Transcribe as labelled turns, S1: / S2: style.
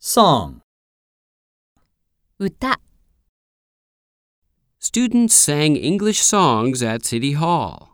S1: Song
S2: 歌、
S3: Students sang English songs at City Hall.